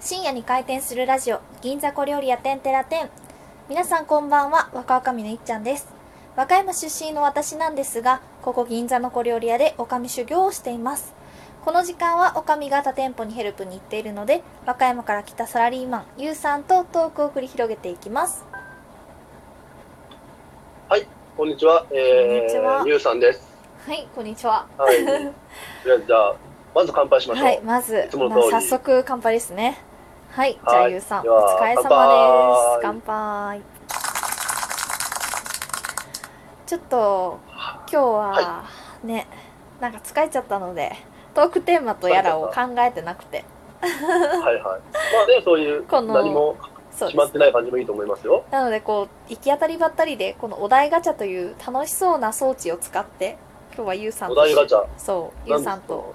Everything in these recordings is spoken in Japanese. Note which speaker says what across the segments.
Speaker 1: 深夜に開店するラジオ銀座小料理屋店てら店皆さんこんばんは若女将のいっちゃんです和歌山出身の私なんですがここ銀座の小料理屋で女将修行をしていますこの時間は女将が他店舗にヘルプに行っているので和歌山から来たサラリーマンゆうさんとトークを繰り広げていきます
Speaker 2: こんにちは。
Speaker 1: こんにち
Speaker 2: え
Speaker 1: は
Speaker 2: ー、ゆうさんです。
Speaker 1: はいこんにちは
Speaker 2: はい。とりあえずじゃあ、まず乾杯しましょう。
Speaker 1: はいまず
Speaker 2: いつもの通り
Speaker 1: まあ早速乾杯ですねはいじゃ
Speaker 2: は
Speaker 1: あ
Speaker 2: い
Speaker 1: ゆうさん
Speaker 2: で
Speaker 1: お
Speaker 2: は
Speaker 1: 疲れ様です乾
Speaker 2: 乾
Speaker 1: 杯ちょっと今日はね、なんか疲れちゃったのでトークテーマとやらを考えてなくて
Speaker 2: はいはい。まあね、そういう、
Speaker 1: この
Speaker 2: 何も
Speaker 1: そう
Speaker 2: 決
Speaker 1: で
Speaker 2: まっ
Speaker 1: す
Speaker 2: てない感じもいいと思いますよ。
Speaker 1: なのでこう行き当たりばったりでこのお題ガチャという楽しそうな装置を使って今日はゆうさん
Speaker 2: お
Speaker 1: と
Speaker 2: 題ガチャ。
Speaker 1: そうゆ
Speaker 2: 何
Speaker 1: うさんと
Speaker 2: お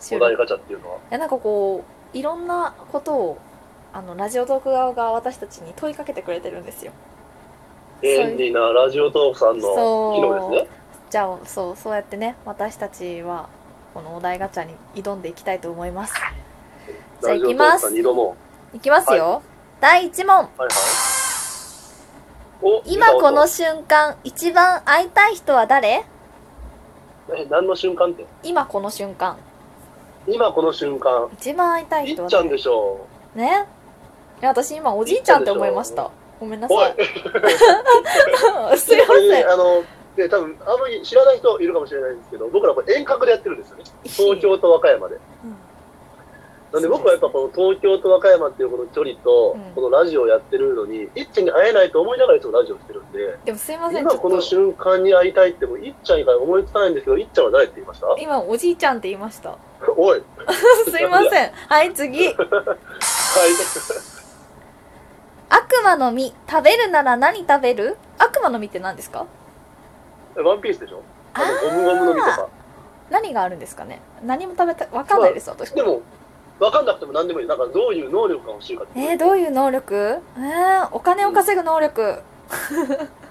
Speaker 1: 収録
Speaker 2: 題ガチャっていうのは。
Speaker 1: いやなんかこういろんなことをあのラジオトーク側が私たちに問いかけてくれてるんですよ
Speaker 2: 便利なラジオトークさんの
Speaker 1: そう
Speaker 2: 機能ですね。
Speaker 1: じゃあそうそうやってね私たちはこのお題ガチャに挑んでいきたいと思いますじゃあ
Speaker 2: ラ
Speaker 1: い
Speaker 2: ジオ
Speaker 1: き
Speaker 2: トー
Speaker 1: ま
Speaker 2: ク
Speaker 1: す
Speaker 2: さんに挑も
Speaker 1: いきますよ、第1問
Speaker 2: う。はいはい。お
Speaker 1: 今こ。
Speaker 2: ゆう
Speaker 1: の瞬間一番会いたい人は誰
Speaker 2: さん音え、何の瞬間って
Speaker 1: 今この瞬間
Speaker 2: 今この瞬間。
Speaker 1: 一番会いたい
Speaker 2: い
Speaker 1: 人
Speaker 2: っ
Speaker 1: は
Speaker 2: ちゃん
Speaker 1: 誰
Speaker 2: でしょ
Speaker 1: ねいや私今おじいちゃんって思いましたごめんな
Speaker 2: う。お
Speaker 1: さ
Speaker 2: い
Speaker 1: い。 すいま
Speaker 2: これ
Speaker 1: せ
Speaker 2: ねあの、で多分あんまり知らない人いるかもしれないんですけど、僕らこれ遠隔でやってるんで すよね。
Speaker 1: ん
Speaker 2: 東京と和歌山で。
Speaker 1: うん
Speaker 2: なんで僕はやっぱこの東京と和歌山っていうこの距離と、
Speaker 1: うん
Speaker 2: このラジオをやってるのに、いっちゃんに会えないと思いながらいつもラジオしてるんで、
Speaker 1: でもすいません
Speaker 2: 今
Speaker 1: ちょっ
Speaker 2: この
Speaker 1: と
Speaker 2: 瞬間に会いたいっても、いっちゃん以外思いつかないんですけど、いっちゃんは誰って言いました
Speaker 1: 今おじいちゃんって言いました
Speaker 2: おい、
Speaker 1: すいませんはい次
Speaker 2: はい、
Speaker 1: 悪魔の実食べるなら何食べる悪魔の実って何ですか
Speaker 2: ワンピースでしょ
Speaker 1: あ
Speaker 2: あのゴムゴムの実とか。
Speaker 1: 何があるんですかね何も食べたわかんないです私
Speaker 2: でも、わかんなくても何でもいい。なんかどういう能力が欲しいかって。
Speaker 1: えー、どういう能力えー、お金を稼ぐ能力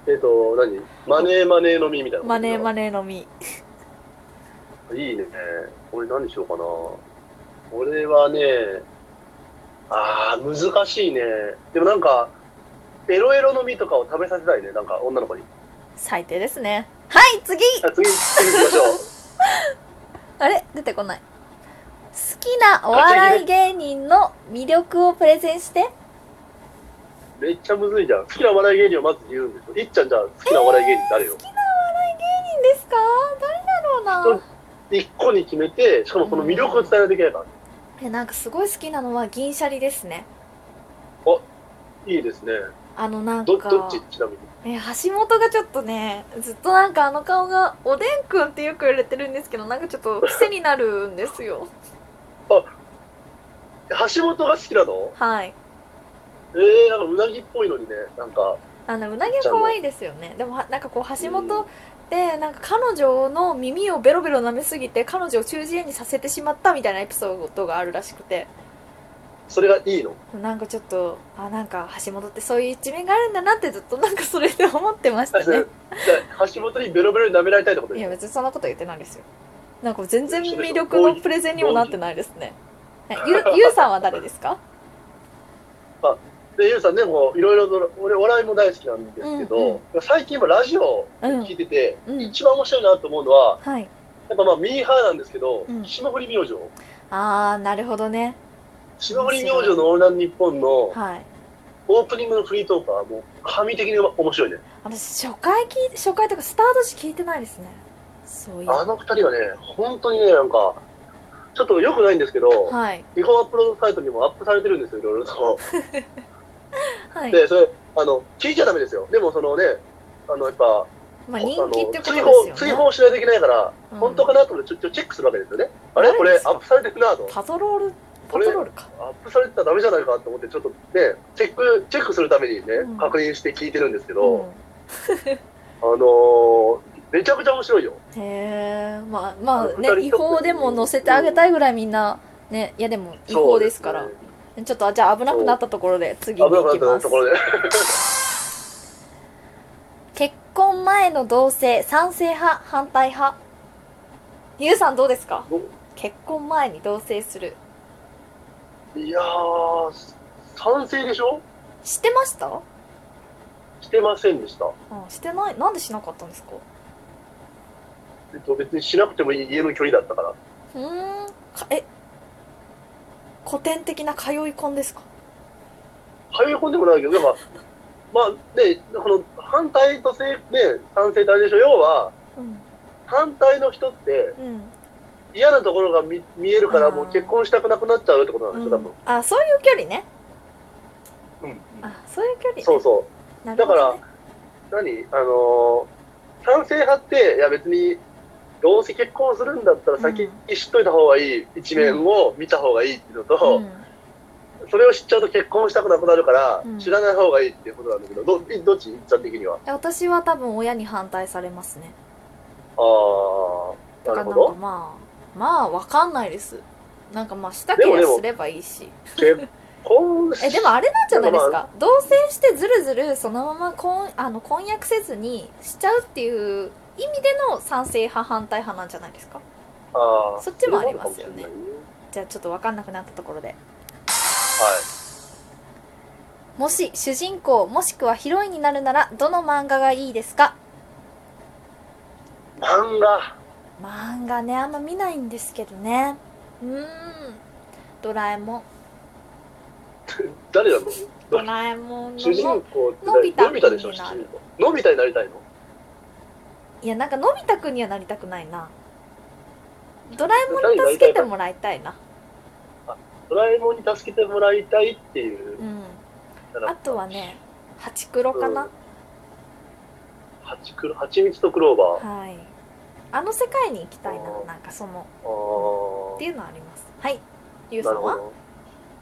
Speaker 2: えっと、何マネーマネーの実みたいな。
Speaker 1: マネーマ
Speaker 2: ネ
Speaker 1: ネーの実
Speaker 2: ー。いいね。俺何しようかな。俺はね、あー、難しいね。でもなんか、エロエロの実とかを食べさせたいね。なんか女の子に。
Speaker 1: 最低ですねはい次
Speaker 2: あ次、次行きましょう。
Speaker 1: あれ出てこない好きなお笑い芸人の魅力をプレゼンして
Speaker 2: めっちゃむずいじゃん。好きなお笑い芸人をまず言うんでしょ。いっちゃんじゃあ好きなお笑い芸人誰よ
Speaker 1: 好。きなお笑い芸人ですか誰だろうな
Speaker 2: 一個に決めて、しかもその魅力を伝えないといけないから。
Speaker 1: えなんかすごい好きなのは銀シャリですね
Speaker 2: いいですね。
Speaker 1: あのなんか
Speaker 2: ど、どっちちなみに。
Speaker 1: え橋本がちょっとねずっとなんかあの顔がおでんくんってよく言われてるんですけどなんかちょっと癖になるんです よ
Speaker 2: 橋本が好きなの
Speaker 1: はい
Speaker 2: えー、なんかうなぎっぽいのにね。なんか、
Speaker 1: あのうなぎは可愛いですよねでもはなんかこう橋本ってなんか彼女の耳をベロベロ舐めすぎて彼女を中耳炎にさせてしまったみたいなエピソードがあるらしくて
Speaker 2: それがいいの。
Speaker 1: なんかちょっとあなんか橋本ってそういう一面があるんだなってずっとなんかそれで思ってました
Speaker 2: あ それ
Speaker 1: ね
Speaker 2: じゃあ橋本にベロベロに舐められたいってこと
Speaker 1: い
Speaker 2: でし
Speaker 1: や
Speaker 2: ょ
Speaker 1: 別にそんなこと言ってないですよなんか全然魅力のプレゼンにもなってないです ねはいゆゆうさんは誰ですか
Speaker 2: でゆうさんねもういろいろと俺お笑いも大好きなんですけど、最近もラジオ
Speaker 1: うん
Speaker 2: 聞いてて、
Speaker 1: うん
Speaker 2: 一番面白いなと思うのは
Speaker 1: はい
Speaker 2: やっぱまあミーハーなんですけど、
Speaker 1: うん
Speaker 2: 霜降り明星
Speaker 1: ああなるほどね
Speaker 2: 霜降り明星の「オールナイトニッポン」の
Speaker 1: はい
Speaker 2: オープニングのフリートークはもう神的に面白いね
Speaker 1: 私初回聞い初回というかスタート時聞いてないですねそういう
Speaker 2: あの二人はね本当にねなんかちょっと良くないんですけど、
Speaker 1: はい
Speaker 2: 違法アップロードサイトにもアップされてるんですよいろいろと
Speaker 1: はい
Speaker 2: でそれあの聞いちゃダメですよでもそのねあのやっぱ
Speaker 1: まあ
Speaker 2: あ
Speaker 1: 人
Speaker 2: の
Speaker 1: 気ってことです
Speaker 2: 追
Speaker 1: よね
Speaker 2: 放追放しないといけないから、
Speaker 1: うん
Speaker 2: 本当かなと思ってちょちょチェックするわけですよね。あれ
Speaker 1: 誰
Speaker 2: これ
Speaker 1: で
Speaker 2: ア
Speaker 1: すか
Speaker 2: ップされてるなと。
Speaker 1: パトロールパト
Speaker 2: これ
Speaker 1: ロールか
Speaker 2: アップされてたらダメじゃないかと思って、ちょっとね、チェック、チェックするためにね、
Speaker 1: うん
Speaker 2: 確認して聞いてるんですけ
Speaker 1: う
Speaker 2: ど、あのー、めちゃくちゃ面白いよ。
Speaker 1: んへえまあま
Speaker 2: あ
Speaker 1: あ
Speaker 2: の
Speaker 1: ね
Speaker 2: 二人
Speaker 1: 違法でも載せてあげたいぐらいみんなねいやでも違法ですから
Speaker 2: そうですね
Speaker 1: ちょっとじゃあ危なくなったところで次
Speaker 2: 危な
Speaker 1: に
Speaker 2: く
Speaker 1: 行
Speaker 2: な
Speaker 1: き
Speaker 2: ったな
Speaker 1: ま
Speaker 2: と
Speaker 1: す
Speaker 2: ころで。
Speaker 1: 結婚前の同棲賛成派反対派ゆうさんどうですか
Speaker 2: 僕
Speaker 1: 結婚前に同棲する
Speaker 2: いやー、賛成でしょ
Speaker 1: 知ってましたう
Speaker 2: してませんでした。
Speaker 1: んしてないなんでしなかったんですか
Speaker 2: えっと、別にしなくてもいい家の距離だったから。
Speaker 1: うーんかえ古典的な通い込んですか
Speaker 2: 通い込んでもないけど、でも、まあ、ね、この反対と正、ね、賛成とあれでしょ要は、
Speaker 1: うん
Speaker 2: 反対の人って
Speaker 1: うん
Speaker 2: 嫌なところが見見えるから、
Speaker 1: あー
Speaker 2: もう結婚したくなくなっちゃうってことなんでしょ、多分。
Speaker 1: あそういう距離ね
Speaker 2: うん。
Speaker 1: あそういう距離ね
Speaker 2: そうそう。
Speaker 1: なるほどね
Speaker 2: 何あのー賛成派って、いや別に、どうせ結婚するんだったら先に知っといた方がいい一面を見た方がいいっていうのと、それを知っちゃうと結婚したくなくなるから
Speaker 1: うん、
Speaker 2: 知らない方がいいっていうことなんだけど、どどっちいっちゃん的には。
Speaker 1: うん、私は多分親に反対されますね
Speaker 2: ああ、
Speaker 1: だか
Speaker 2: な
Speaker 1: ら
Speaker 2: るほ
Speaker 1: なんか
Speaker 2: ど。
Speaker 1: まあまあわかんないですなんかまあしたけ
Speaker 2: でも
Speaker 1: り
Speaker 2: で
Speaker 1: ゃ
Speaker 2: も
Speaker 1: すればいいし
Speaker 2: 結婚 し
Speaker 1: えでもあれなんじゃないです
Speaker 2: でも
Speaker 1: か同棲してずるずるそのまま婚あの婚約せずにしちゃうっていう意味での賛成派反対派なんじゃないですか
Speaker 2: あー
Speaker 1: そっちもありますよね
Speaker 2: はい。
Speaker 1: じゃあちょっとわかんなくなったところでもし主人公もしくはヒロインになるならどの漫画がいいですか
Speaker 2: 漫画。
Speaker 1: 漫画ねあんま見ないんですけどねうーんドラえもん
Speaker 2: 誰なの
Speaker 1: ドラえもんの
Speaker 2: 主人公って
Speaker 1: のび太
Speaker 2: 誰のび太でしょ
Speaker 1: に
Speaker 2: 主
Speaker 1: なる
Speaker 2: 人公。のび太になりたいの
Speaker 1: いやなんかのび太くんにはなりたくないなドラえもんに助けてもらいたいな
Speaker 2: ドラえもんに助けてもらいたいっていう
Speaker 1: う。ん
Speaker 2: だから
Speaker 1: あとはねハチクロかな、
Speaker 2: ハチクロ、ハチミツとクローバー。
Speaker 1: はいあの世界に行きたいな
Speaker 2: あー
Speaker 1: なんかその
Speaker 2: あー
Speaker 1: っていうのはありますはいゆう
Speaker 2: な
Speaker 1: さ
Speaker 2: る
Speaker 1: ん
Speaker 2: ほ
Speaker 1: は
Speaker 2: ど。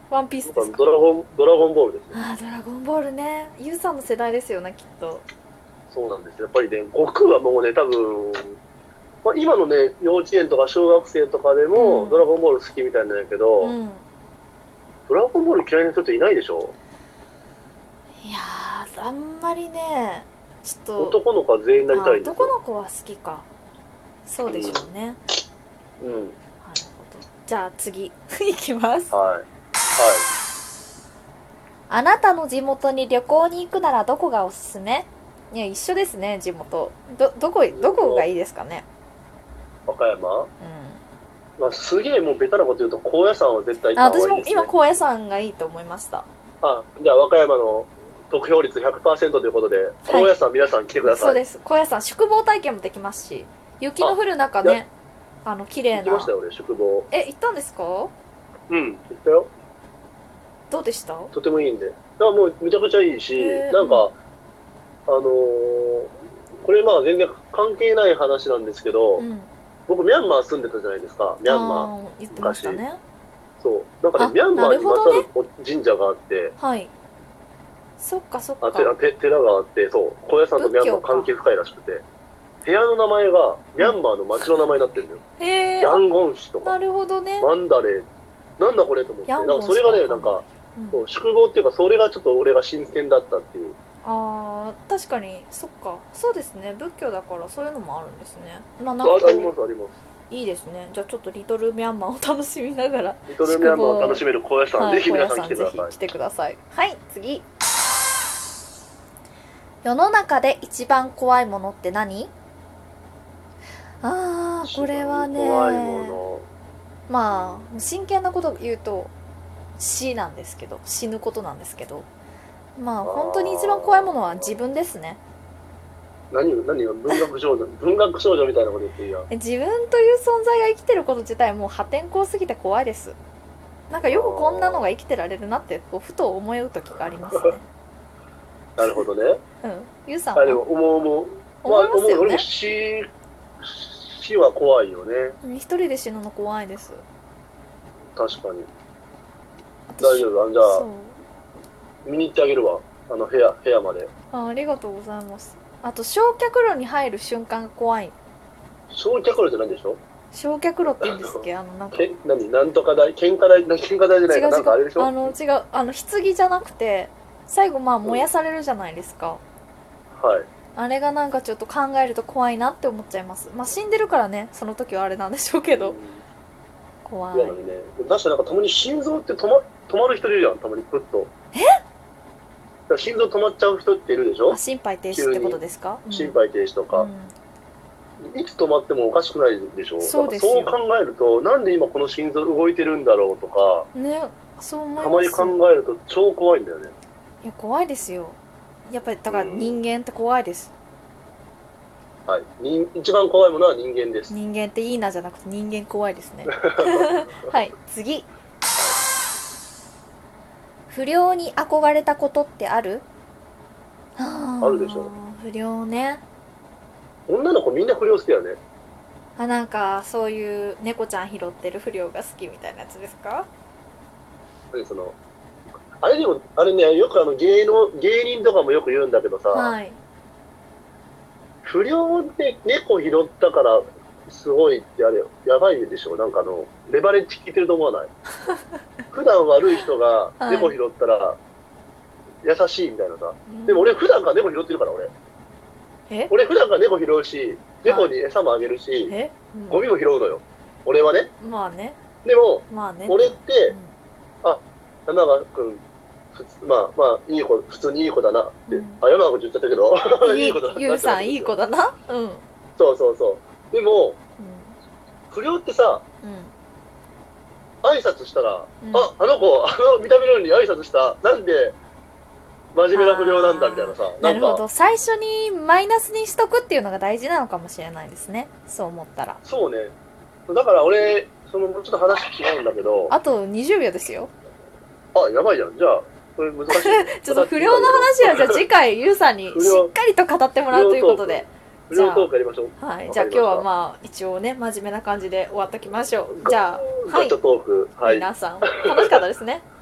Speaker 1: ワンピースで
Speaker 2: 僕
Speaker 1: すか
Speaker 2: はドラゴン、ドラゴンボールですね。
Speaker 1: ああドラゴンボールねゆうさんの世代ですよねきっと
Speaker 2: そうなんですよ。やっぱりね、悟空はもうね、多分、まあ、今のね、幼稚園とか小学生とかで
Speaker 1: う
Speaker 2: も
Speaker 1: ん、
Speaker 2: ドラゴンボール好きみたいなんだけど、
Speaker 1: うん
Speaker 2: ドラゴンボール嫌いな人っていないでしょ
Speaker 1: いやーあんまりねちょっと
Speaker 2: 男の子は全員なりたいん
Speaker 1: あ
Speaker 2: ですよ
Speaker 1: 男の子は好きかそうでしょうね、なる
Speaker 2: うん。
Speaker 1: ほどじゃあ次 いきます
Speaker 2: はい。はい。
Speaker 1: あなたの地元に旅行に行くならどこがおすすめいや一緒ですね地元どどこどこがいいですかね
Speaker 2: 和歌山
Speaker 1: うん
Speaker 2: まあ、すげえもうベタなこと言うと、高野山は絶対行
Speaker 1: あ
Speaker 2: った
Speaker 1: 私
Speaker 2: 方がい
Speaker 1: も
Speaker 2: いです、ね。
Speaker 1: 今高野山がいいと思いました
Speaker 2: あ、じゃあ和歌山の得票率100%ということで、高野山皆さん来てください。
Speaker 1: そうです高野山宿坊体験もできますし雪の降る中ねあの綺麗
Speaker 2: 行きま
Speaker 1: な
Speaker 2: したよ、俺、宿坊。
Speaker 1: え行ったんですか
Speaker 2: うん、行ったよ。
Speaker 1: どうでした
Speaker 2: とてもいいんで。だからもう、むちゃくちゃいいし
Speaker 1: へー、
Speaker 2: なんか、あのーこれまあ全然関係ない話なんですけど、
Speaker 1: うん
Speaker 2: 僕、ミャンマー住んでたじゃないですか、ミャンマー。
Speaker 1: あー言ってましたね
Speaker 2: そう。なんか
Speaker 1: あ
Speaker 2: ね、ミャンマーにまつわ
Speaker 1: なる
Speaker 2: る神社があって、
Speaker 1: はいそっかそっ
Speaker 2: あ
Speaker 1: か
Speaker 2: てあて寺があって、そう、高野山とミャンマー関係深いらしくて、部屋の名前がミャンマーの町の名前になってるんだよ。
Speaker 1: へえ
Speaker 2: ヤンゴン市とか
Speaker 1: な。るほどね
Speaker 2: マンダレー、なんだこれと思って、
Speaker 1: ヤ
Speaker 2: な
Speaker 1: ン
Speaker 2: ん
Speaker 1: ゴン
Speaker 2: かそれがね、なんか、
Speaker 1: うん
Speaker 2: そう宿坊っていうか、それがちょっと俺が新鮮だったっていう。
Speaker 1: あー確かにそっかそうですね仏教だからそういうのもあるんですねまあ
Speaker 2: あ
Speaker 1: なんか
Speaker 2: あります、あります。
Speaker 1: いいですねじゃあちょっとリトルミャンマーを楽しみなが ら
Speaker 2: リトルミャンマーを楽しめる高野山、
Speaker 1: はい
Speaker 2: ぜひ皆さん
Speaker 1: 高野
Speaker 2: 来てくださ
Speaker 1: ぜひ来てくださいはい次世の中で一番怖いものって何あ
Speaker 2: い。
Speaker 1: ーこれはね
Speaker 2: 怖いも
Speaker 1: まあ真剣なこと言うと死なんですけど死ぬことなんですけどまあ本当に一番怖いものは自分ですね
Speaker 2: の。何を、何を、文学少女、文学少女みたいなこと言っていいやん。
Speaker 1: 自分という存在が生きてること自体もう破天荒すぎて怖いですなんかよくこんなのが生きてられるなってこうふと思う時がありますね
Speaker 2: なるほどね。
Speaker 1: うんゆうさんは
Speaker 2: あ、でも、思う思う。
Speaker 1: 思いますよね
Speaker 2: 俺も死、死は怖いよね。
Speaker 1: うん一人で死ぬの怖いです
Speaker 2: 確かに。
Speaker 1: 私
Speaker 2: 大丈夫あじゃ
Speaker 1: そ
Speaker 2: あ、
Speaker 1: う
Speaker 2: 見に行ってあげるわ。あの、部屋、部屋まで。
Speaker 1: あありがとうございますあと焼却炉に入る瞬間が怖い
Speaker 2: 焼却炉じゃないんでしょ
Speaker 1: 焼却炉って言うんですっ けあのなんか違う
Speaker 2: け何なんとか大喧嘩大喧嘩大じゃない
Speaker 1: 違
Speaker 2: かなんかあれでし
Speaker 1: う
Speaker 2: ょ
Speaker 1: あの違うあの棺じゃなくて最後まあ燃やされるじゃないですか、
Speaker 2: はい
Speaker 1: あれがなんかちょっと考えると怖いなって思っちゃいますまあ死んでるからねその時はあれなんでしょうけど
Speaker 2: うん
Speaker 1: 怖い
Speaker 2: 嫌だね確かなんかたまに心臓って止ま止まる人いるじゃん、たまに、ふっと。えだから心臓止まっちゃう人っているでしょ
Speaker 1: あ心肺停止ってことですかうん
Speaker 2: 心肺停止とか、いつ止まってもおかしくないでしょ
Speaker 1: そうですよ
Speaker 2: だからそう考えると、なんで今この心臓動いてるんだろうとか、
Speaker 1: うんねそう思
Speaker 2: たま
Speaker 1: い
Speaker 2: に
Speaker 1: ます
Speaker 2: 考えると超怖いんだよね。
Speaker 1: いや怖いですよやっぱりだから
Speaker 2: うん
Speaker 1: 人間って怖いです、
Speaker 2: はい。人一番怖いものは人間です。
Speaker 1: 人間っていいなじゃなくて人間怖いです ねはい次不良に憧れたことってあるあー
Speaker 2: あるでしょ
Speaker 1: 不良ね
Speaker 2: 女の子みんな不良好きだよね。
Speaker 1: あなんかそういう猫ちゃん拾ってる不良が好きみたいなやつですか
Speaker 2: でそのあれでも、あれね、よくあの芸能、芸人とかもよく言うんだけどさ、
Speaker 1: はい
Speaker 2: 不良で猫拾ったから、すごいってあれよ、やばいでしょ、なんかあの、レバレッジ効いてると 思わない普段悪い人が
Speaker 1: はい
Speaker 2: 猫拾ったら、優しいみたいなさ。でも俺普段から猫拾ってるから、俺。
Speaker 1: え
Speaker 2: 俺普段から猫拾うし、猫に餌もあげるし、
Speaker 1: え、
Speaker 2: ゴミも拾うのよ。俺はね。
Speaker 1: うん、まあね
Speaker 2: でも、
Speaker 1: まあね
Speaker 2: 俺って
Speaker 1: う、ん
Speaker 2: 山川君、普通まあまあ、いい子、普通にいい子だなって。
Speaker 1: うん
Speaker 2: あ、山川君言っちゃったけど、
Speaker 1: いい
Speaker 2: だな
Speaker 1: ゆうさんいい子だなうんうん
Speaker 2: そうそうそう。でも、不良ってさ、
Speaker 1: うん
Speaker 2: 挨拶したら、
Speaker 1: うん
Speaker 2: あ、あの子、あの見た目のように挨拶した。なんで、真面目な不良なんだみたいなさ。
Speaker 1: なんる
Speaker 2: か
Speaker 1: ほど最初にマイナスにしとくっていうのが大事なのかもしれないですねそう思ったら
Speaker 2: そうね。だから俺、その、ちょっと話違うんだけど、あ、
Speaker 1: あと20秒ですよ
Speaker 2: やばいじゃん。じゃあ、これ難 しい。
Speaker 1: ちょっと不良の話はじゃあ次回ゆうさんにし
Speaker 2: 不良
Speaker 1: っかりと語ってもらうということで
Speaker 2: 不良トークやりましょう。
Speaker 1: はいじゃあ今日はまあ一応ね真面目な感じで終わっときましょうじゃあは
Speaker 2: ガ
Speaker 1: い
Speaker 2: チャトーク。はい。
Speaker 1: 皆さん楽しかったですね